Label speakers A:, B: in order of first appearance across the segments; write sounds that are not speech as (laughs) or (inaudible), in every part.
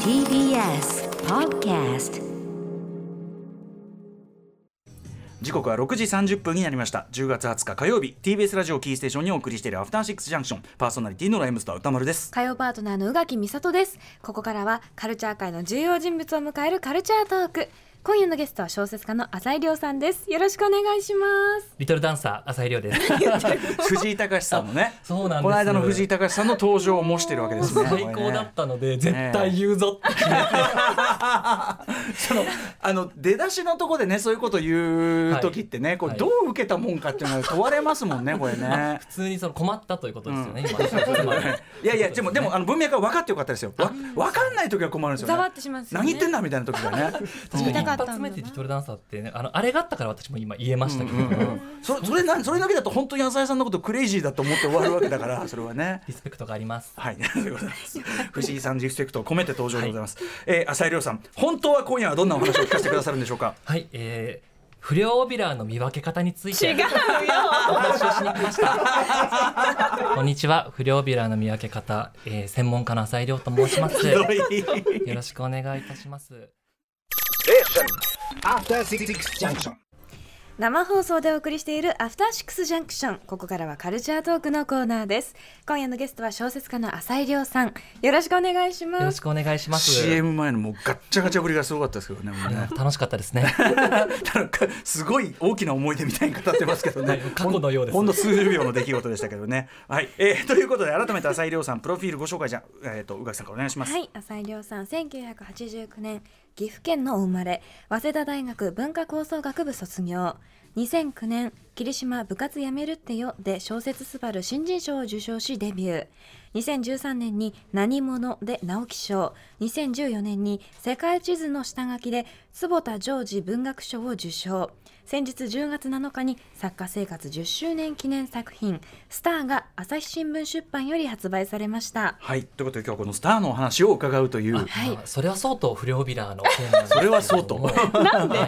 A: TBS Podcast
B: 時刻は6時30分になりました10月20日火曜日 TBS ラジオキーステーションにお送りしているアフターシックスジャンクションパーソナリティのライムスター歌丸
C: (laughs)
B: です
D: 火曜パートナーの宇垣美里ですここからはカルチャー界の重要人物を迎えるカルチャートーク今夜のゲストは小説家の浅井亮さんですよろしくお願いします
C: リトルダンサー浅井亮です。
B: 藤井隆さんもね
C: そうなんです
B: この間の藤井隆さんの登場を模してるわけですね
C: (laughs) 最高だったので絶対言うぞって。
B: そのあの出だしのとこでねそういうこと言う時ってね、これ
C: はい
B: どう受けたもんかっていうのが問われますもん
C: (laughs)
B: ねこれね
C: 普通にその困ったということですよね。
B: いやいやでもでもあの文脈は分かってよかったですよわ分かんない時は困るんです
D: ざ
B: よ
D: わっ
B: ね
D: てしますよね
B: 何言ってんだみたいな時がね
C: 今
D: 言い
C: 確
D: たかっ
C: かに一
D: たんだな
C: 発目でリトルダンサーってねあのあれがあったから私も今言えましたけど。
B: それそれなそれだけだと本当に浅井さんのことクレイジーだと思って終わるわけだからそれはね
C: リスペクトがあります。
B: はい、 (laughs) ありがとうございます。藤井さんリスペクトを込めて登場でございます。えー浅井亮さん、本当は今夜はどんなお話を聞かせてくださるんでしょうか。
C: はい、えー不良オビラーの見分け方について
D: 違うよ
C: お話をしに来ました。 (laughs) こんにちは、不良オビラーの見分け方、えー専門家の浅井亮と申します。よろしくお願いいたします。
E: After Six Junction.
D: 生放送でお送りしているアフターシックスジャンクションここからはカルチャートークのコーナーです今夜のゲストは小説家の浅井亮さんよろしくお願いし
C: よろ
D: ま
C: し
D: す
C: くお願いします。
B: CM 前のもうガッチャガチャぶりがすごかったですけどね。もう
C: いや
B: ね
C: 楽しかったですね。
B: (laughs) なんかすごい大きな思い出みたいに語ってますけどね。
C: 過去のようです
B: ほんほんの数十秒の出来事でしたけどね。はい、えーということで改めて浅井亮さんプロフィールご紹介じゃえっ、と宇垣さんからお願いします。
D: はい、浅井亮さん、1989年、岐阜県のお生まれ、早稲田大学文化構想学部卒業。2009年、霧島部活やめるってよで小説スバル新人賞を受賞しデビュー。2013年に何者で直木賞。2014年に世界地図の下書きで坪田ジョージ文学賞を受賞。先日10月7日に作家生活10周年記念作品「スター」が朝日新聞出版より発売されました。
B: はい、ということで今日はこのスターのお話を伺うという。
D: はい
C: まあそれはそうと不良ビラーの件なんですけど
B: (laughs)
C: も。
B: それはそうと
C: なんで、は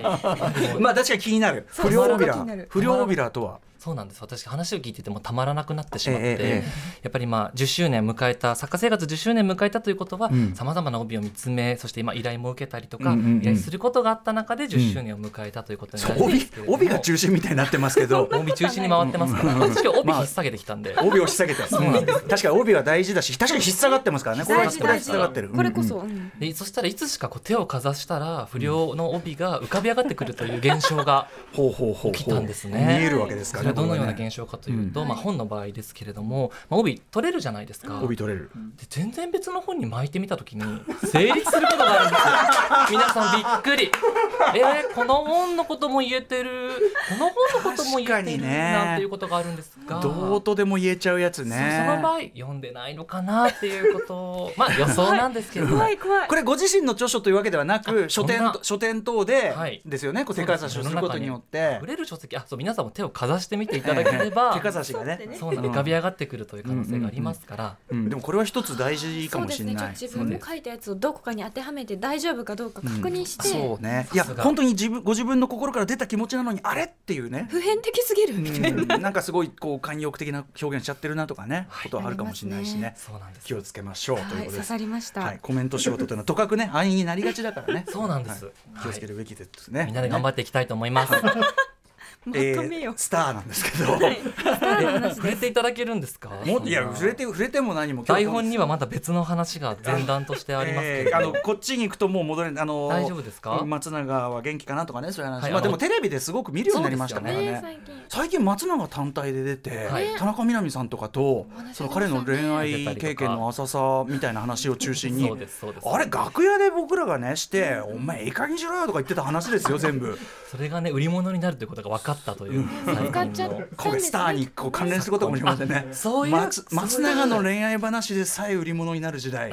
C: い
B: (laughs) まあ確かに気になる。
D: そう
B: 不良オビ
D: それが気にな
B: ラ
D: る。
B: 不良オビラとは。
C: (laughs) そうなんです。私話を聞いててもたまらなくなってしまって、
B: ええええ
C: やっぱりまあ10周年迎えた作家生活10周年迎えたということは
B: ん、
C: さまざまな帯を見つめ、そして今依頼も受けたりとか、
B: うんうんうん
C: 依頼することがあった中で10周年を迎えたということになりま
B: 帯
C: すけれども、
B: 帯が中心みたいになってますけど。
C: 帯中心に回って (laughs) ますから、私今日帯引っ提げてきたんで。
B: 帯を引っ提げて、確かに帯は大事だし確かに引っ下がってますからねこれは
D: 大
B: こ
D: 事
B: れは
D: 大
B: 引っ
D: 事
B: 下がってる
D: これこ
B: う
D: そ、
B: ん
D: うん
C: でそしたらいつしかこう手をかざしたら不良の帯が浮かび上がってくるという現象が
B: ほうほうほうほう
C: 起きたんですね
B: 見えるわけですか
C: そ
B: ら
C: れ
B: ね
C: はどのような
B: これはね
C: 現象かというと、まあ、本の場合ですけれども、まあ、帯取れるじゃないですか
B: 帯取れる
C: で全然別の本に巻いてみた時に成立することがあるんですよ皆さんびっくりえーこの本のことも言えてるこの本のことも言
B: 確
C: えて
B: かに
C: る
B: ね
C: なんていうことがあるんですが
B: どうとでも言えちゃうやつ
C: そう
B: ね
C: その場合読んでないのかなっていうこ
B: (laughs)
C: とをまあ予想なんですけれども
D: 怖い怖い
B: これご自身の著書というわけではなく
C: あ
B: 書店
C: そんな
B: 書店等で
C: はい
B: ですよねこう手かざしをすることによって
C: 売れる書籍あそう皆さんも手をかざしてみていただければ
B: 手かざしがね
C: そうなん浮かび上がってくるという可能性がありますから、
B: うんでもこれは一つ大事か
D: そう
B: も
D: で
B: し
D: す
B: れ
D: ねちょっ
B: な
D: と
B: い
D: 自分の書いたやつをどこかに当てはめて大丈夫かどうか確認して、
B: そうねいや
C: さすが
B: 本当に自分ご自分の心から出た気持ちなのにあれっていうね
D: 普遍的すぎるみたいな、
B: うんなんかすごいこう寛容的な表現しちゃってるなとかねことはあるかもしれないしね
C: そうなんです
B: 気をつけましょうという
D: は
B: こと
D: い刺
B: です
D: さりました、
B: はい、コメント仕事というのはとかくね安易になりがちだからね
C: (laughs) そうなんです
B: はい
C: はい
B: 気をつけるべきですね、
C: みんなで頑張
B: っ
C: っていきたいと思います。
D: ま
B: え
D: とめよ
B: ー
D: う、
B: スターなんですけど、
C: (laughs) 触れていただけるんですか。
B: (laughs) もいや触れて触れても何も
C: 台本に
B: は
C: はまだ別の話が前段としてありますけれど
B: あ
C: も
B: のこっちに行くともう戻れないあの
C: 大丈夫ですか
B: 松永は元気かなとかねそういう話、
C: はい
B: まあ
C: あの
B: でもテレビですごく見るようになりましたから
C: そう
B: ね
C: で
D: ね最近
B: 最近松永単体で出て、
C: はい
B: 田中みな実さんとかと
D: 同じ
B: その彼の恋愛経験の浅さみたいな話を中心に
C: (laughs) そうですそうです
B: あれ楽屋で僕らがねして「お前いい加減にしろよ」とか言ってた話ですよ全
C: (laughs)
B: 部。
C: それがね売り物になるということが分かったという最近の
D: 分かっちゃった
B: これスターにこう関連することかもしれませんね。
C: そういう
B: 松
C: そういう
B: 松永の恋愛話でさえ売り物になる時
C: (laughs)
B: 代。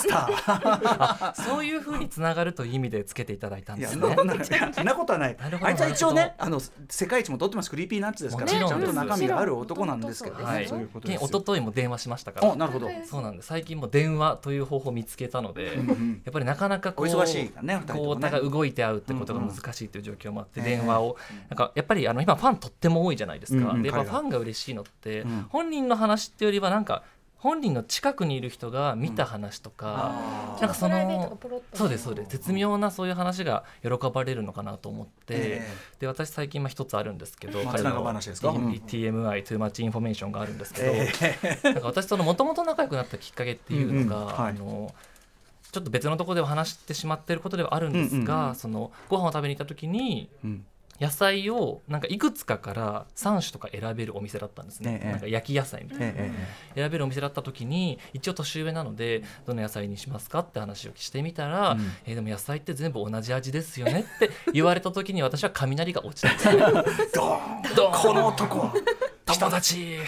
B: スター。
C: そういう風につながるという意味でつけていただいたん
B: い
C: で
B: や、
C: す
B: そんな
C: ね
B: ことないいやそんなことは
C: (laughs)
B: ない
C: なる。ほど
B: あいつは一応ね、あの世界一も取ってますクリーピーナッツですから、
C: も
B: ち
C: ちろ
B: ゃ
C: ん
B: ん
C: です
B: と中身がある男なんですけど
C: は
B: ね。
C: い
B: そういうことです
C: 一
B: よ。
C: 昨日も電話しましたか
B: あ、
C: ら
B: なるほど。
C: (laughs) そうなんです最近も電話という方法を見つけたので
B: ん
C: やっぱりなかなかこう
B: お忙しいからね二人ともね
C: こうお互い動いて会うってことが難しいという状況もあって電話をなんかやっぱりあの今ファンとっても多いじゃないです
B: うん
C: か
B: うん
C: でやっぱ
B: 彼
C: フ
B: ら
C: ァンが嬉しいのって
B: うん
C: 本人の話っていうよりはなんか本人の近くにいる人が見た話とか、
B: あー
C: なんかそ
A: プライベートが
C: の
A: ポロッと
C: そうですそうです絶妙なそういう話が喜ばれるのかなと思って、
B: え
C: で私最近まあ一つあるんですけど
B: まあ
C: 彼の
B: つなが話ですか
C: T-
B: うん
C: TMI トゥーマッチインフォメーションがあるんですけど、
B: え
C: なんか私とのもともと仲良くなったきっかけっていうのが、
B: うんうんはい
C: あのちょっと別のところでは話してしまってることではあるんですが、そのご飯を食べに行った時に
B: うん
C: 野菜をなんかいくつかから3種とか選べるお店だったんですね、
B: ええ
C: なんか焼き野菜みたいな、
B: えええ
C: 選べるお店だった時に一応年上なのでどの野菜にしますかって話をしてみたら、
B: うん
C: えーでも野菜って全部同じ味ですよねって (laughs) 言われた時に私は雷が落ちたん
B: (laughs)
C: です
B: ドーン
C: ドーン
B: この男
C: (laughs)
B: は
C: 友達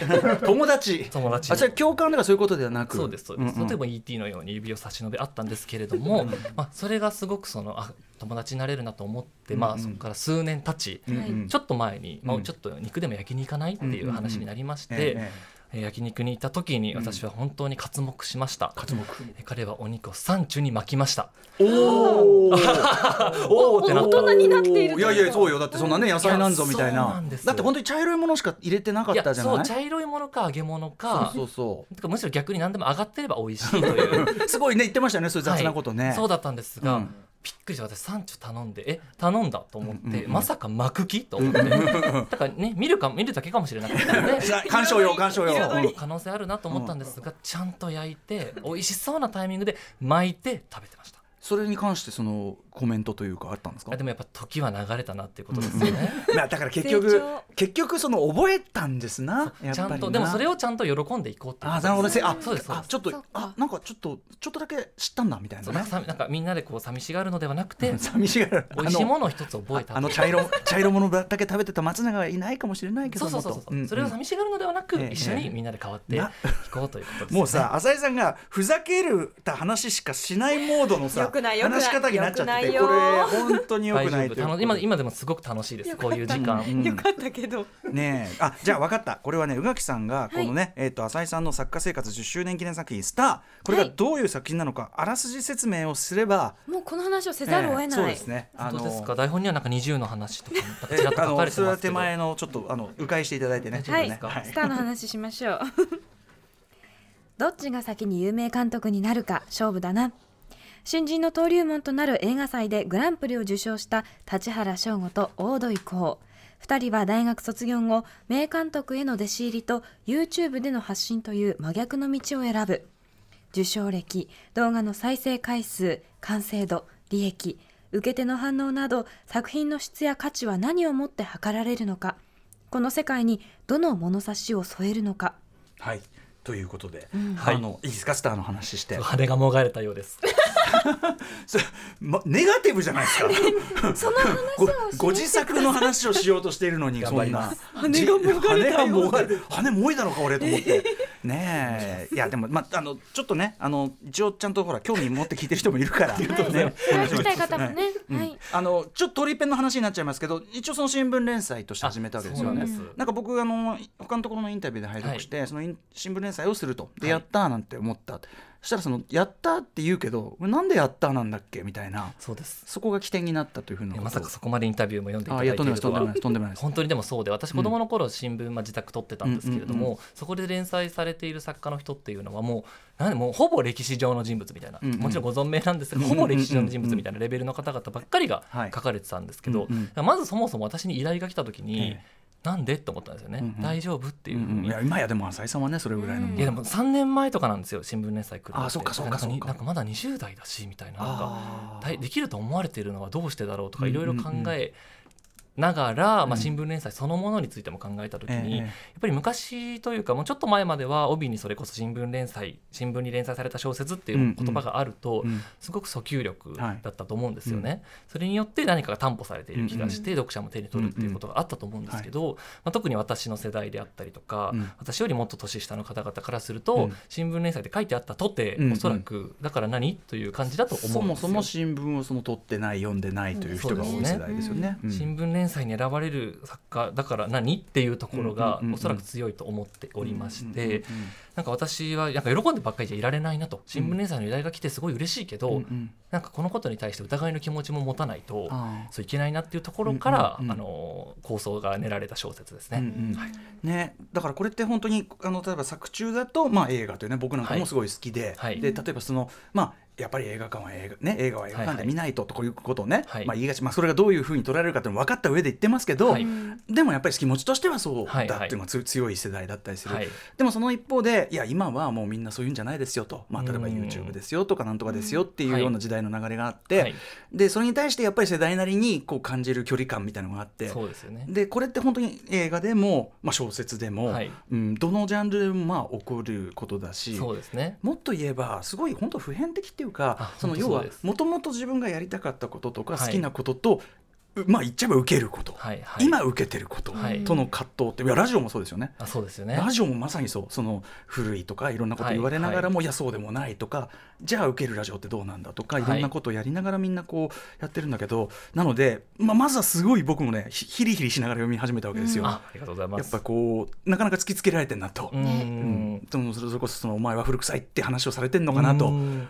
B: 友達
C: 友達
B: あそれ共感とかそういうことではなく
C: (laughs) そうですそうです、
B: んん
C: 例えば ET のように指を差し伸べあったんですけれども、まあ、それがすごくそのあ友達になれるなと思って、ま
B: う
C: あ、
B: んうん
C: そこから数年経ち、
B: うんうん
C: ちょっと前に、ま
B: う
C: あ、
B: ん
C: ちょっと肉でも焼きに行かないっていう話になりまして、
B: えええ
C: えー焼肉に行った時に
B: うん
C: 私は本当に刮目しました、
B: え活目
C: え彼はお肉を山中に巻きました
B: おお
C: (laughs) おおってなった
A: 大人になっている
B: いやいやそうよだってそんなね野菜なんぞみたい
C: いやそう
B: な
C: なんですよ
B: だって本当に茶色いものしか入れてなかっ
C: いや
B: たじゃない
C: そう茶色いものか揚げ物か
B: そうそ
C: てかむしろ逆に何でも上がってれば美味しいという
B: うそうすごいね言ってましたよねそういう雑なこと (laughs) ね
C: そうだったんですが、
B: うん
C: びっくりして私三丁頼んでえ頼んだと思って、
B: うんうんうん
C: まさか巻く気と思って、だからね見るか見るだけかもしれなかったの
B: (laughs)
C: で
B: さ鑑賞用鑑賞用
C: そう
B: うん
C: 可能性あるなと思ったんですが、ちゃんと焼いて美味しそうなタイミングで巻いて食べてました
B: それに関してそのコメントというかあったんですか
C: あでもやっぱ時は流れたなっていうことですよね
B: まあだから結
A: 成
B: 局
A: 長
B: 結局その覚えたんですなやっ
C: ちゃ
B: ぱ
C: ん
B: りな
C: とでもそれをちゃんと喜んでいこうっていうこと
B: あなるほどねせあ
C: そうですそう
B: あ
C: です
B: ちょっ
A: そっ
B: と
A: か
B: あなんかちょっとちょっとだけ知ったんだみたい
C: そ
B: なね
C: うなんかさなんかみんなでこう寂しがるのではな
B: (laughs)
C: くて
B: 寂しがる
C: (laughs) 美味しいものを一つ覚えた
B: あの茶色茶色ものだけ食べてた松永はいないかもしれないけ
C: そ
B: ど
C: うそう
B: も
C: そう
B: と
C: そう、
B: うんうん
C: それを寂しがるのではなく、
B: ええ
C: 一緒にみんなで変わってい
B: な
C: こうということです、ね、
B: もうさ浅井さんがふざけるた話しかしないモードのさ
A: よくないよくない
B: 話し方になっちゃってて
A: よ
B: こ
A: くない
B: れ
A: よ
B: 本当によ
C: 大
B: くない
C: 丈夫
B: という
C: たの今今でもすごく楽しいですこういう時間、
B: うん
A: よかったけど
B: ねえあじゃあ分かったこれはね宇垣さんがこのね、えっと浅井さんの作家生活10周年記念作品「スター」これが
A: はい
B: どういう作品なのか、あらすじ説明をすれば
D: もうこの話をせざるを得
B: ええそう
D: ない、
B: ですね
C: 本当ですか
B: あの
C: 台本にはなんか二重の話とかもなんか
B: え
C: ちらっと
B: あ
C: 書か
B: の
C: れて
B: それ
C: ま
B: は
C: す
B: 手
C: けど、
B: 前のちょっとあの迂回していただいてね
C: 大丈夫で
B: ち
C: す
B: ょ
C: か
B: っとね
D: スターの話しましょう (laughs) どっちが先に有名監督になるか勝負だな新人の登竜門となる映画祭でグランプリを受賞した立原翔吾と大戸井光2人は大学卒業後名監督への弟子入りと YouTube での発信という真逆の道を選ぶ受賞歴動画の再生回数完成度利益受け手の反応など作品の質や価値は何をもって測られるのかこの世界にどの物差しを添えるのか
B: はい、はい、ということで、
C: はい
B: あのいいですかスターの話して
C: 羽がもがれたようです
B: そ (laughs) れ、ま、ネガティブじゃないですか
D: その話
B: ごご自作の話をしようとしているのに
C: 頑
B: そ
C: 張
B: ん
C: りま
B: な
C: す
B: 羽がもがれ羽がもがれ羽もいだのか俺と思 (laughs) ってねえいやでもまあのちょっとねあの一応ちゃんとほら興味持って聞いてる人もいるからね
D: それを聞きたい方もね、は
B: うん
D: い、
B: あのちょっと鳥ペンの話になっちゃいますけど一応その新聞連載として始めたわけですよ
C: あそうな
B: ね
C: んです。
B: なんか僕あの他のところのインタビューで拝読して、そのイン新聞連載をするとでやったーなんて思った、そしたらそのやったーって言うけどなんでやったーなんだっけみたいな
C: そうです
B: そこが起点になったというふうな
C: え
B: ことを
C: まさかそこまでインタビューも読んでいた
B: あ
C: だ
B: いや
C: い
B: と
C: て
B: ん
C: い
B: でも
C: る
B: ないとん
C: と
B: でもない
C: は
B: ですとんでもないです
C: 本当にでもそうで私子供の頃新聞、まあ、自宅撮ってたんですけれども、
B: うんうん
C: そこで連載されている作家の人っていうのはもうなんでもうほぼ歴史上の人物みたいな、
B: うんうん
C: もちろんご存命なんですが、ほぼ歴史上の人物みたいなレベルの方々ばっかりが
B: はい
C: 書かれてたん (laughs) ですけど、
B: うんうん
C: だからまずそもそも私に依頼が来た時に、
B: え
C: なんでと思ったんですよね、
B: うんうん
C: 大丈夫っていうふうに、
B: うんうんいや今やでも浅井さんはねそれぐらいの、
D: うん
C: いやでも3年前とかなんですよ新聞連載来るのて
B: あそっかそっか
C: なん
B: そっ
C: に
B: か
C: なんかまだ20代だしみたいななんか
B: あ
C: 大できると思われているのはどうしてだろうとか
B: うん
C: い
B: うん
C: ろ
B: う
C: い
B: ん
C: ろ考えながら、
B: うん
C: まあ、新聞連載そのものについても考えた時に、
B: ええ
C: やっぱり昔というかもうちょっと前までは帯にそれこそ新聞連載新聞に連載された小説っていう言葉があると、
B: うん
C: すごく訴求力
B: はい
C: だったと思うんですよね、それによって何かが担保されている気がして、読者も手に取るっていうことがあったと思うんですけど、まあ、特に私の世代であったりとか、
B: うん
C: 私よりもっと年下の方々からする
B: う
C: と、
B: ん
C: 新聞連載で書いてあったとて、
B: うんうん
C: おそらくだから何という感じだと思うんですよ。
B: そもそも新聞をその取ってない読んでないという人が多い世代ですよね。うん
C: 新聞連連載に選ばれる作家だから何っていうところ
B: うんうん
C: が
B: うんうん
C: おそらく強いと思っておりまして、
B: うんうん
C: なんか私はなんか喜んでばっかりじゃいられないなと新聞連載の依頼が来てすごい嬉しいけど、
B: うんうんうん
C: なんかこのことに対して疑いの気持ちも持たないと
B: あ
C: そういけないなっていうところから、
B: うんうんうん
C: あの構想が練られた小説です
B: あ
C: ね。
B: うんうん
C: はい
B: ね、だからこれって本当にあの例えば作中だと、まあ、映画というね僕なんか
C: は
B: も
C: い
B: すごい好きで,、
C: はい
B: で例えばその、まあ、やっぱり映画館は映画,、ね、映画は映画館で見ないととかいうことをね、
C: はい
B: まあ、言いがち、まあ、それがどういうふうに捉えられるかっていうのも分かった上で言ってますけど、
C: はい
B: でもやっぱり気持ちとしてはそうだっ
C: は
B: て
C: い
B: いうのがつ強い世代だったりする、
C: はい
B: でもその一方でいや今はもうみんなそういうんじゃないですよと、まあ、例えば
C: うん
B: YouTube ですよとかなんとかですよっていうような時代の流れがあって、
C: はい
B: でそれに対してやっぱり世代なりにこう感じる距離感みたいなのがあって。
C: そうですよね。
B: でこれって本当に映画でも、まあ、小説でも、
C: はい
B: うん、どのジャンルでもまあ起こることだし
C: そうですね。
B: もっと言えばすごい本当普遍的っていうか
C: あ
B: その
C: 本
B: 要
C: 当そう
B: は
C: です
B: もともと自分がやりたかったこととか
C: はい
B: 好きなことと、うまあ言っちゃえば受けること、
C: はいはい。
B: 今受けてること
C: はい
B: との葛藤って、いやラジオもそうですよね。
C: あそうですよね。
B: ラジオもまさにそうその古いとかいろんなこと言われながらも、いやそうでもないとかじゃあ受けるラジオってどうなんだとか
C: はい
B: いろんなことをやりながらみんなこうやってるんだけど、なので、まあ、まずはすごい僕もねひヒリヒリしながら読み始めたわけですよ。
C: あありがとうございま
B: やっ
C: す。
B: ぱこうなかなか突きつけられてんなと、
C: う。
B: うんでもそれそれこそそのお前は古臭いって話をされてんのかなと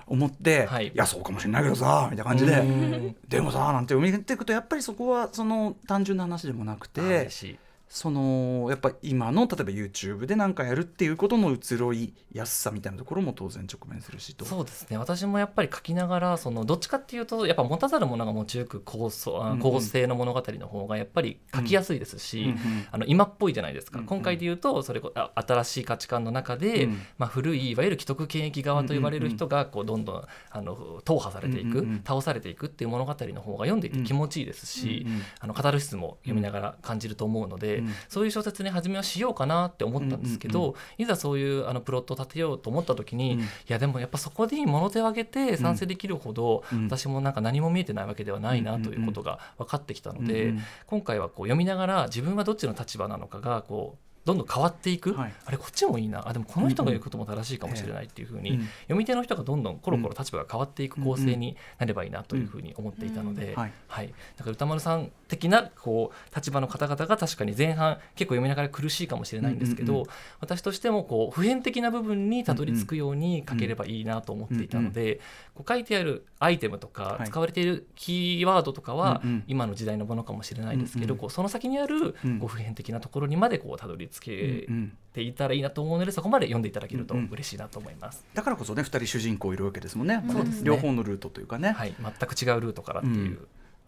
B: 思って、、
C: はいい
B: やそうかもしれないけどさみたいな感じで、
C: うん
B: でもさなんて読みていくとやっぱりそこはその単純な話でもなく
C: あ
B: て
C: 嬉。しい
B: そのやっぱ今の例えば YouTube で何かやるっていうことの移ろいやすさみたいなところも当然直面するしと。
C: そうですね私もやっぱり書きながらそのどっちかっていうとやっぱ持たざるものが持ちゆく構想
B: うんう
C: あ
B: ん
C: 構成の物語の方がやっぱり書きやすいですし、
B: うんうん
C: あの今っぽいじゃないですか、
B: うんうん
C: 今回で言うとそれこあ新しい価値観の中で、
B: うん
C: まあ、古いいわゆる既得権益側と言われる人がこうどんどんあの踏破されていく、
B: うんうんうん
C: 倒されていくっていう物語の方が読んでいて気持ちいいですし、
B: うんうん
C: あのカタルシスも読みながら感じると思うので、
B: うん
C: そういう小説に初めはしようかなって思ったんですけど、
B: うんう
C: いざそういうあのプロットを立てようと思った時
B: う
C: に、
B: ん
C: いやでもやっぱそこに物手を挙げて賛成できるほど、
B: うん
C: 私もなんか何も見えてないわけではないなということが分かってきたので、
B: うんうん
C: 今回はこう読みながら自分はどっちの立場なのかがこうどんどん変わっていく、
B: はい
C: あれこっちもいいなあでもこの人が言うことも正しいかもしれないっていうふうに、
B: うん
C: 読み手の人がどんどんコロコロ立場が変わっていく構成になればいいなというふうに思っていたので、
B: んはい
C: はい、だから歌丸さん的なこう立場の方々が確かに前半結構読みながら苦しいかもしれないんですけど、
B: うんうん
C: 私としてもこう普遍的な部分にたどり着くように書ければいいなと思っていたので、こう書いてあるアイテムとか
B: はい
C: 使われているキーワードとかは
B: うんうん
C: 今の時代のものかもしれないですけ
B: うん
C: ど、
B: うん
C: こうその先にある
B: うん
C: こう普遍的なところにまでこうたどり着け
B: うんうん
C: ていたらいいなと思うのでそこまで読んでいただけると
B: うんうん
C: 嬉しいなと思います。
B: だからこそね2人主人公いるわけですもんね,、
D: そうですね
B: 両方のルートというかね、
C: はい、全く違うルートからっていう、
B: う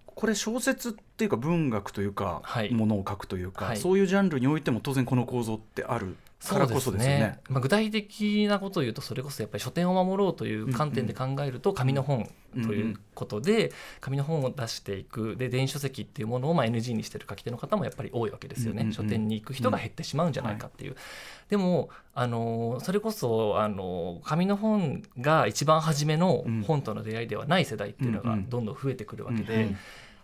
B: これ小説っていうか文学というか、
C: はい
B: ものを書くというか、
C: はい
B: そういうジャンルにおいても当然この構造ってあるからこそですよね。
C: まあ、具体的なことを言うとそれこそやっぱり書店を守ろうという観点で考えると紙の本ということで紙の本を出していくで電子書籍っていうものをまあ NG にしてる書き手の方もやっぱり多いわけですよ
B: うんうん
C: ね
B: うん
C: 書店に行く人が減ってしまうんじゃないかっていう。でもあのそれこそあの紙の本が一番初めの
B: うん
C: 本との出会いではない世代っていうの
B: うん
C: が
B: うん
C: どんどん増えてくるわ
B: う
C: け
B: ん
C: で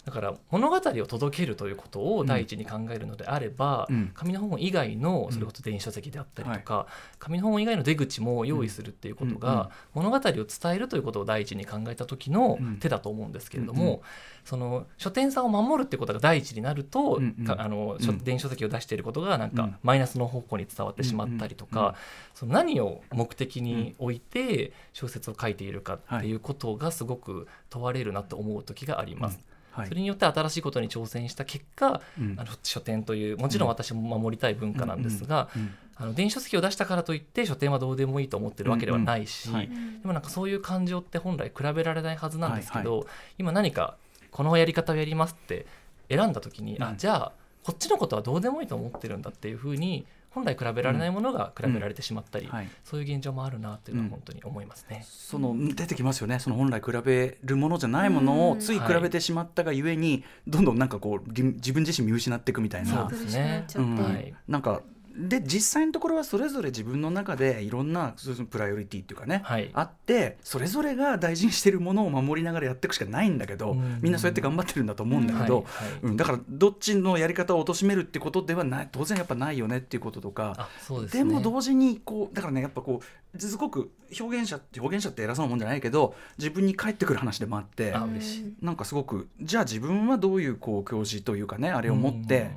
C: だから物語を届けるということを第一に考えるのであれば、
B: うん
C: 紙の本以外のそれこそ電子書籍であったりとか、紙の本以外の出口も用意するっていうことが、物語を伝えるということを第一に考えた時の
B: うん
C: 手だと思うんですけれど
B: うんう
C: も、その書店さんを守るってことが第一になると、
B: うんうん
C: かあの書
B: うん
C: 電子書籍を出していることがなん
B: う
C: か
B: ん
C: マイナスの方向に伝わってしまったりとか、
B: うんうんうん
C: その何を目的に置いて小説を書いているかっていうことがすごく問われるなと思う時があります。
B: はい
C: それによって新しいことに挑戦した結果、
B: うん
C: あの書店というもちろん私も守りたい文化なんですが、
B: うん
C: あの電子書籍を出したからといって書店はどうでもいいと思ってるわけではない
B: う
C: し、
B: んうんはい
C: でもなんかそういう感情って本来比べられないはずなんですけど、今何かこのやり方をやりますって選んだ時
B: う
C: に、あ
B: ん
C: じゃあこっちのことはどうでもいいと思ってるんだっていうふうに本来比べられないものが比べられてしまったり、
B: はい
C: そういう現状もあるなっていうのは本当に思いますね。
B: その出てきますよねその本来比べるものじゃないものを
D: うん
B: つい比べてしまったがゆえに、どんどんなんかこうり自分自身見失っていくみたい
C: そう
B: な
C: で、す
D: 苦しくなっ
C: ね
D: ちゃって
B: うん
C: はい
B: なんかで実際のところはそれぞれ自分の中でいろんなそういうプライオリティっていうかね、
C: はい
B: あってそれぞれが大事にしてるものを守りながらやっていくしかないんだけど、
C: うん
B: みんなそうやって頑張ってるんだと思うんだけど、
C: はいはい
B: うん、だからどっちのやり方を貶めるってことではない当然やっぱないよねっていうこととか。
C: あそうです
B: で
C: ね
B: も同時にこうだからねやっぱこうすごく表現者って表現者って偉そうなもんじゃないけど自分に返ってくる話でもあって
C: あ嬉しい
B: なんかすごくじゃあ自分はどういうこう教示というかねあれを持って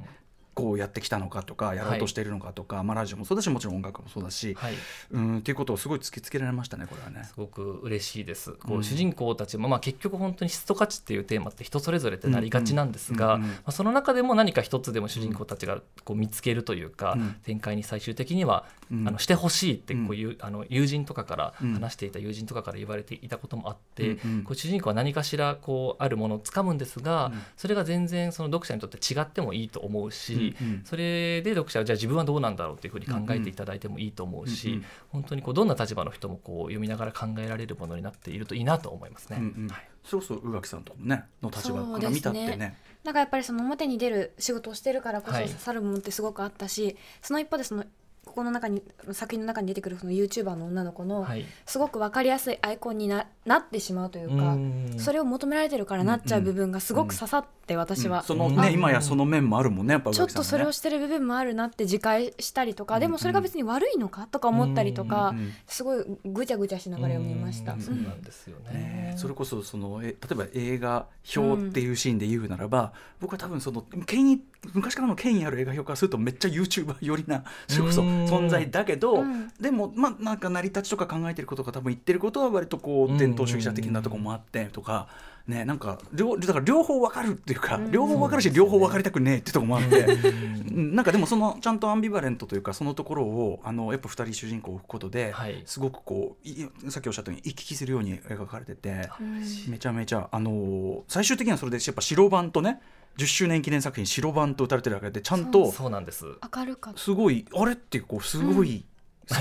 B: こうやってきたのかとかやろうとしているのかとか、まあ、ラジオもそうだしもちろん音楽もそうだ
C: う
B: し
C: ん、はい
B: うんっていうことをすごい突きつけられましたねこれはね
C: す。ごく嬉しいです。
B: う
C: こうん主人公たちも、まあ、結局本当に質と価値っていうテーマって人それぞれってなりがちなんですが、
B: うんうんうんうん
C: まあ、その中でも何か一つでも主人公たちがこう見つけるというか、
B: うん
C: 展開に最終的には、
B: うん
C: あのしてほしいってこ
B: うん
C: ういう、あの友人とかから
B: うん
C: 話していた友人とかから言われていたこともあって、
B: うんうん
C: こう主人公は何かしらこうあるものをつかむんですが、
B: うん
C: それが全然その読者にとって違ってもいいと思うし、
B: うんうん
C: それで読者はじゃあ自分はどうなんだろうっていうふうに考えていただいてもいいと思うし。
B: うんうん
C: 本当にこうどんな立場の人もこう読みながら考えられるものになっているといいなと思いますね。
B: うんうん
C: はい
B: それこそ宇垣さんとかもねの立場から見たって
D: そうです
B: ね。
D: なんかやっぱりその表に出る仕事をしてるからこそ
C: はい
D: 刺さるものってすごくあったし、その一方でそのここの中に作品の中に出てくるその YouTuber の女の子の
C: はい、
D: すごく分かりやすいアイコンにななってしまうというか、
C: うん
D: それを求められてるからなっちゃう部分がすごく刺さって私は、
B: うんその
C: あ
B: ね今やその面もあるもんねやっぱ宇
D: ちょっ
B: 垣さん
D: と
B: もね
D: それをしてる部分もあるなって自戒したりとか、でもそれが別に悪いのかとか思ったりとか、
B: うんうん
D: すごいぐちゃぐちゃしながら読みました。
C: う
D: うんん
C: そうなんですよね。
B: ね、それこそそのえ例えば映画表っていうシーンで言うならば、僕は多分その権威昔からの権威ある映画表からするとめっちゃ YouTuber 寄りなそれこそ
C: うん
B: 存在だけど、
D: うん
B: でもまあなんか成り立ちとか考えてることが多分言ってることは割とこ
C: うん
B: う伝統主義者的なとこもあってとか。ね、なんか両だから両方わかるっていうか、両方わかるし、両方わかりたくねえってとこもあって、うんなんかでもそのちゃんとアンビバレントというかそのところをあのやっぱ二人主人公を置くことで、
C: はい
B: すごくこういさっきおっしゃったように行き来するように描かれてて
C: あ嬉しい
B: めちゃめちゃ、あのー最終的にはそれでやっぱ白版とね10周年記念作品白版と打たれてるわけでちゃんと
C: そうなんです。
D: 明るかった
B: すごいあれってこうすごい、
C: ん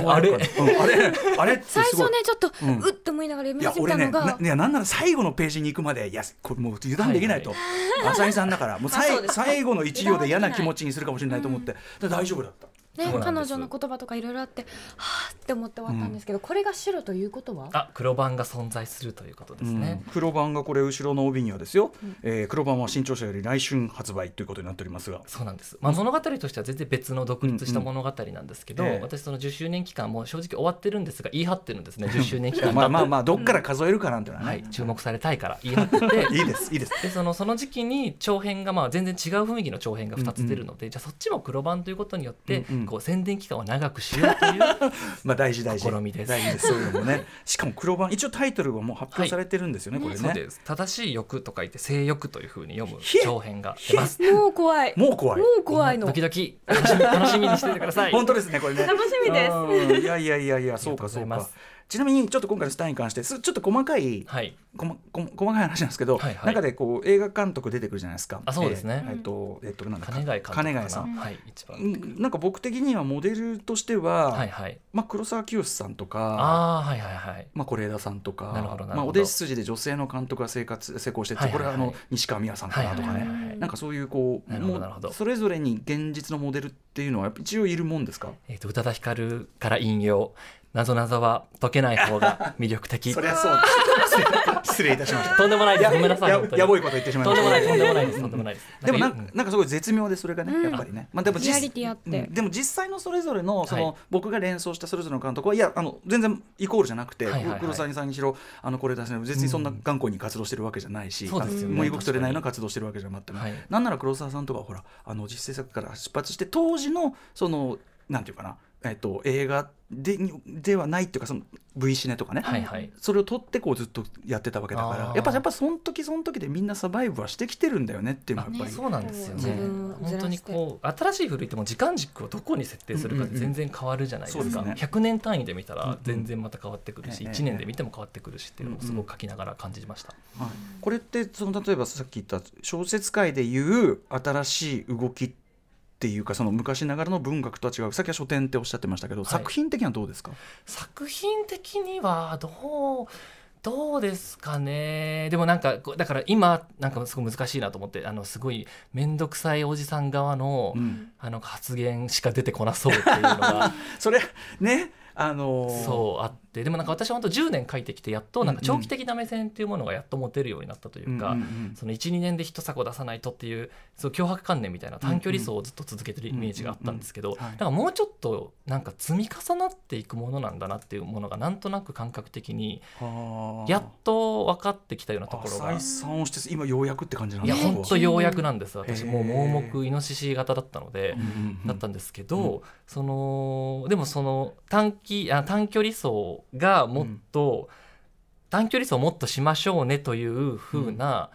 C: あれ
B: 爽やかなうんあれあれってす
D: 最
B: ご
D: 初
B: い
D: ねちょっと、
B: う
D: うんっと思いながら
B: い
D: 読
B: や
D: み
B: 俺
D: 始め
B: ね
D: たの
B: な
D: が、
B: いやなんなら最後のページに行くまでいやこれもう油断できないと、
C: は
B: 浅井さんだからもう
D: あそう
B: 最
D: です
B: 最後の一行で嫌な気持ちにするかもしれないと思って、で大丈夫だった。
D: ね
C: そうなんで
D: 彼
C: す
D: 女の言葉とかいろいろあってはあって思って終わったんですけど、これが白ということは
C: あ黒板が存在するということですね。
B: うん黒版がこれ後ろの帯にはですよ、えー黒版は新潮社より来春発売ということになっております
C: (laughs)
B: が、
C: そうなんです、まあ、物語としては全然別の独立した物語なんですけど、
B: うんうんええ
C: 私その10周年期間も正直終わってるんですが言い張ってるん
B: (laughs)
C: ですね10周年期間
B: まあ
C: だ
B: まあまあどっから数えるかなんていうの
C: と、
B: は
C: は
B: ね、
C: い、注目されたいから言い張ってて
B: い、いですいいです
C: でそのその時期に長編がまあ全然違う雰囲気の長編が2つ出るので、じゃあそっちも黒番ということによって、
B: うんうん
C: こう宣伝期間を長くしようという
B: まあ大事大事
C: 試みです
B: 大事ですそういうのもねしかも黒版一応タイトルはもう発表されてるんですよね、これ
C: そう
B: ね
C: です正しい欲と書いて性欲というふうに読む
B: ひえ
C: 長編が出ます。
D: もう怖いも
B: もう怖いう
D: 怖いの
C: ド
D: 楽
C: キ
D: し
C: ドキ楽しみ楽しみにしててください。
B: 本当ですねこれね
D: みです
B: うんいやいやいやいやそう
C: ありがとうご
B: か
C: ざ
B: そ
C: いうま
B: か
C: す
B: ちなみにちょっと今回のスターに関してすちょっと細かい
C: はい
B: こまこま細かい話なんですけど、
C: はいはい
B: 中でこう映画監督出てくるじゃないですか
C: あそうですね
B: えーえっとえっとなんだ
C: 金貝監督かな
B: 金貝さん
C: はい一番、
B: うんなんか僕的にはモデルとしては、
C: はいはい
B: まあ、黒沢清さんとか
C: ああはいはいはい
B: まあ、是枝さんと
C: なるほ
B: か
C: どなるほど
B: まあ、お弟子筋で女性の監督が成活成功してて、
C: はいはい
B: これ
C: はい
B: はあの西川美和さんかなとかね、
C: はいはい
D: はい
B: なんかそういうこう
C: なるほど
B: もう
C: なるほど
B: それぞれに現実のモデルっていうのはやっぱ一応いるもんですか
C: えっ、と宇多田ヒカルから引用なぞなぞは解けない方が魅力的
B: そりゃそうだ失礼いたしました
C: とんでもないですごめんなさい
B: や
C: 本当に
B: やぼいこと言ってしまい
C: と
B: ま
C: んで
B: した
C: もないとんでもないですとんでもないです
B: でもなん
C: か
B: か
C: うん
B: なんかすごい絶妙でそれがね、
D: うん
B: やっぱりね、まあ、でも
D: リア
B: 実
D: リティあって
B: うんでも実際のそれぞれのそ
C: はい
B: の僕が連想したそれぞれの監督はいやあの全然イコールじゃなくて、
C: はいはいはい
B: 黒沢さんにしろあのこれだし別にそんな頑固に活動してるわけじゃないし、
C: うんそうですよね
B: もう動き取れないような活動してるわけじゃなくて、
C: はい
B: なんなら黒沢さんとかはほらあの実製作から出発して当時のそのなんていうかな、えっと映画でではないっていうかその V シネとかね、
C: はいはい
B: それを取ってこうずっとやってたわけだか
C: あ
B: ら
C: ー
B: やっぱやっぱその時その時でみんなサバイブはしてきてるんだよねっていうのはやっぱ
C: あ
B: り、
C: そうなんですよ
B: 自
C: ね
D: 分をず
C: 本
D: らして
C: 当にこう新しい古いってもう時間軸をどこに設定するかで全然変わるじゃないです
B: うんうん
C: か、
B: うんそうですね
C: 100年単位で見た
B: うんう
C: ら
B: ん
C: 全然また変わってくるし、
B: ええ
C: 1年で見ても変わってくるしっていうの
B: う
C: を
B: んうん
C: すごく書きながら感じました、
B: はい、これってその例えばさっき言った小説界でいう新しい動きっていうかその昔ながらの文学とは違うさっきは書店っておっしゃってましたけど、
C: はい
B: 作品的にはどうですか、
C: 作品的にはどうどうですかねでもなんかこうだから今なんかすごい難しいなと思ってあのすごい面倒くさいおじさん側の,、
B: うん
C: あの発言しか出てこなそうっていう
B: (laughs)
C: のが
B: それねあのー
C: そうあってでもなんか私は本当10年書いてきてやっとなんか長期的な目線っていうものがやっと持てるようになったというか。
B: んんん
C: その12年で一作を出さないとっていうその脅迫観念みたいな短距離走をずっと続けてるイメージがあったんですけ
B: うん
C: ど
B: うんうんうんはい
C: だからもうちょっとなんか積み重なっていくものなんだなっていうものがなんとなく感覚的に
B: はあ
C: やっと分かってきたようなところ
B: 浅
C: が
B: 井。さんをして今ようやくって感じなん
C: い
B: だ
C: や
D: ね
B: 僕は
C: 本当ようやくなんです私
B: へー
C: もう盲目イノシシ型だったので
B: うんうんうん
C: だったんですけど、そのでもその短期あ短距離走がもっと、短距離走をもっとしましょうねという風な、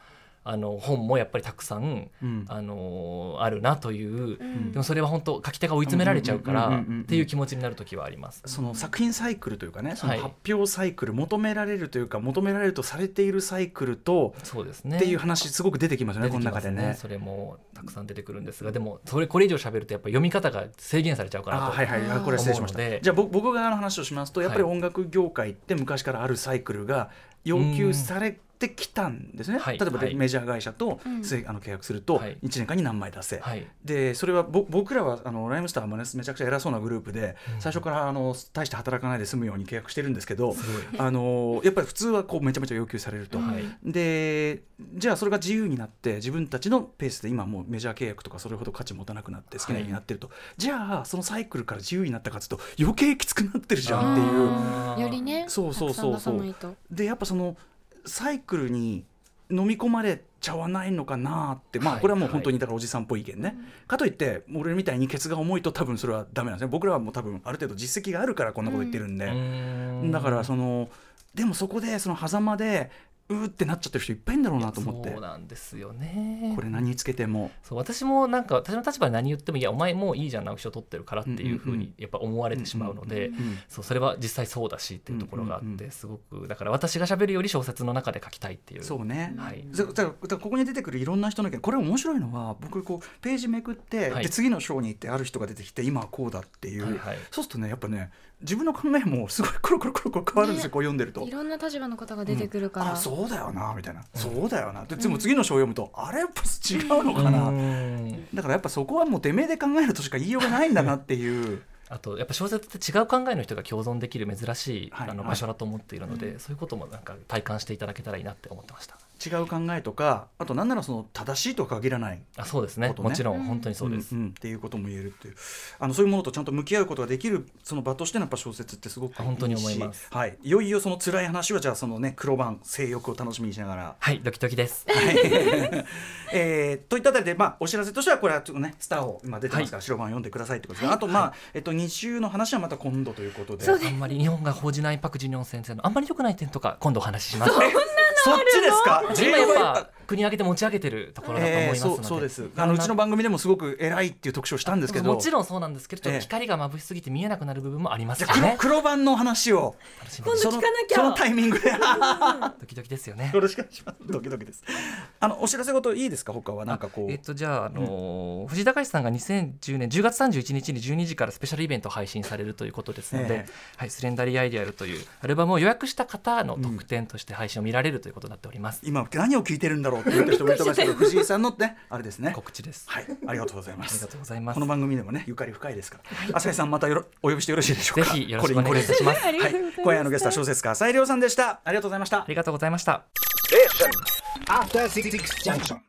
C: あの本もやっぱりたくさん
B: うん
C: あのあるなという
D: う。
B: ん
C: でもそれは本当書き手が追い詰められちゃうから
B: うんうんうんうんうん
C: っていう気持ちになる時はあります。
B: その作品サイクルというかねその
C: はい
B: 発表サイクル、求められるというか求められるとされているサイクルと
C: そうですね。
B: っていう話すごく出てきますよね
C: 出
B: こ
C: て
B: の
C: き
B: 中
C: ます
B: で
C: ね
B: ね。
C: それもたくさん出てくるんですがでもそれこれ以上喋るとやっぱ読み方が制限されちゃうか
B: あ
C: な
B: ー
C: と
B: はいはいあこれ失礼しまし
C: 思うの
B: た
C: で
B: じゃあ僕僕側の話をしますとやっぱり
C: は
B: 音楽業界って昔からあるサイクルが要求されてきたんですね、
C: はい
B: 例えば
C: はい
B: メジャー会社と、
D: うん
B: せあの契約すると
C: はい
B: 1年間に何枚出せ、
C: はい、
B: でそれはぼ僕らはあのライムスターもねめちゃくちゃ偉そうなグループで、
C: うん
B: 最初からあの大して働かないで済むように契約してるんですけど
C: すごい。
B: (laughs) あのやっぱり普通はこうめちゃめちゃ要求されると。
C: はい
B: でじゃあそれが自由になって自分たちのペースで今もうメジャー契約とかそれほど価値持たなくなって好きなようになってると、じゃあそのサイクルから自由になったかというと余計きつくなってるじゃんっていう
D: あーよりね。
B: そうそうそうそう
D: たくさん出さないと。
B: でやっぱそのサイクルに飲み込まれちゃわないのかなってまあ
C: はい
B: これはもう本当にだからおじさんっぽい意見ね、かといって俺みたいにケツが重いと多分それはダメなんですね僕らはもう多分ある程度実績があるからこんなこと言ってるんで、
C: うん
B: だからそのでもそこでその狭間でうーってなっちゃってる人いっぱいいるんだろうなと思って
C: そうなんですよね
B: これ何につけても。
C: そう私もなんか私の立場で何言ってもいやお前もういいじゃん直木賞取ってるからっていうふう
B: うんうんう
C: にやっぱ思われてしまうので、
D: うん
B: うん
C: そうそれは実際そうだしっていうところがあって、
B: うんうんうん
C: すごくだから私が喋るより小説の中で書きたいっていう
B: そうね、
C: はい
B: だだだからここに出てくるいろんな人の意見これ面白いのは僕こうページめくって、
C: はい
B: で次の章に行ってある人が出てきて今はこうだっていう、
C: はいはい
B: そうするとねやっぱね自分の考えもすごいコロコロコロコロ変わるんですよ、
D: ね
B: こう読んでると
D: い。ろんな立場の方が出てくるから。
B: あそうだよなみたいな、そうだよなででも次の章読むと、あれやっぱ違うのかな、
C: うん
B: だからやっぱそこはもうてめえで考えるとしか言いようがないんだなっていう
C: あとやっぱ小説って違う考えの人が共存できる珍しい、
B: はい
C: あの
B: はい
C: 場所だと思っているので、
D: うん
C: そういうこともなんか体感していただけたらいいなって思ってました
B: 違う考えとかあとなんならその正しいとは限らない
C: あそうですね
B: ことね
C: もちろん本当にそうです、
B: んんっていうことも言えるっていうあのそういうものとちゃんと向き合うことができるその場としてのやっぱ小説ってすごくいいし
C: 本当に思います
B: はい、いよいよその辛い話はじゃあそのね黒番性欲を楽しみにしながら。
C: はいドキドキです
B: えー、といったあたりで、まあ、お知らせとしてはこれはちょっとねスターを今出てますから、白番読んでくださいってことですが、あとまあ、えっと、2週の話はまた今度ということで
D: そう
C: あんまり日本が報じないパク・ジニョン先生のあんまり良くない点とか今度お話しします。
B: そっちですか
C: 今やっ
B: J-Wave
C: ぱ国挙げて持ち上げてるところだと思い
B: え
C: ま
B: ー
C: すの
B: そ
C: で、
B: うそうですあのうちの番組でもすごく偉いっていう特集をしたんですけど
C: もちろんそうなんですけどちょっ
B: ええ
C: と光が眩しすぎて見えなくなる部分もあります
B: じゃ
C: か
B: あ
C: ら
B: 黒
C: ね。
B: 黒番の話を
C: 楽しみです
B: そ
D: 今度
B: の
D: 聞かなきゃ
B: そのタイミングで
C: ドキドキですよね
B: よ。ろしくお願いします。ドキドキです。あのお知らせごといいですか他はなんかこう。
C: えっとじゃあ、あのー藤井隆さんが2010年10月31日に12時からスペシャルイベントを配信されるということですので、
B: ええ
C: はい、スレンダリーアイデアルというアルバムを予約した方の特典として配信を見られるということになっております。
B: 今何を聞いてるんだろうって言ってる人もいると思いますけ
C: (laughs)
B: ど、藤井さんのね (laughs) あれですね。
C: 告知です。
B: はい、ありがとうございま
C: あり
B: す
C: が。とうございます。
B: この番組でもねゆかり深いですから。浅井さんまたよろお呼びしてよろしいでしょう
C: ぜ
B: か。
C: ひよろしくお願いいたします。
D: あ
C: あ
D: り
B: こ
D: が
B: れ
D: とう
B: に
D: ござい
B: これですはい、今
D: ます。
B: 夜のゲストは小説家浅井亮さんでした。ありがとうございました。
C: りがとうございました。
A: After Six Junction.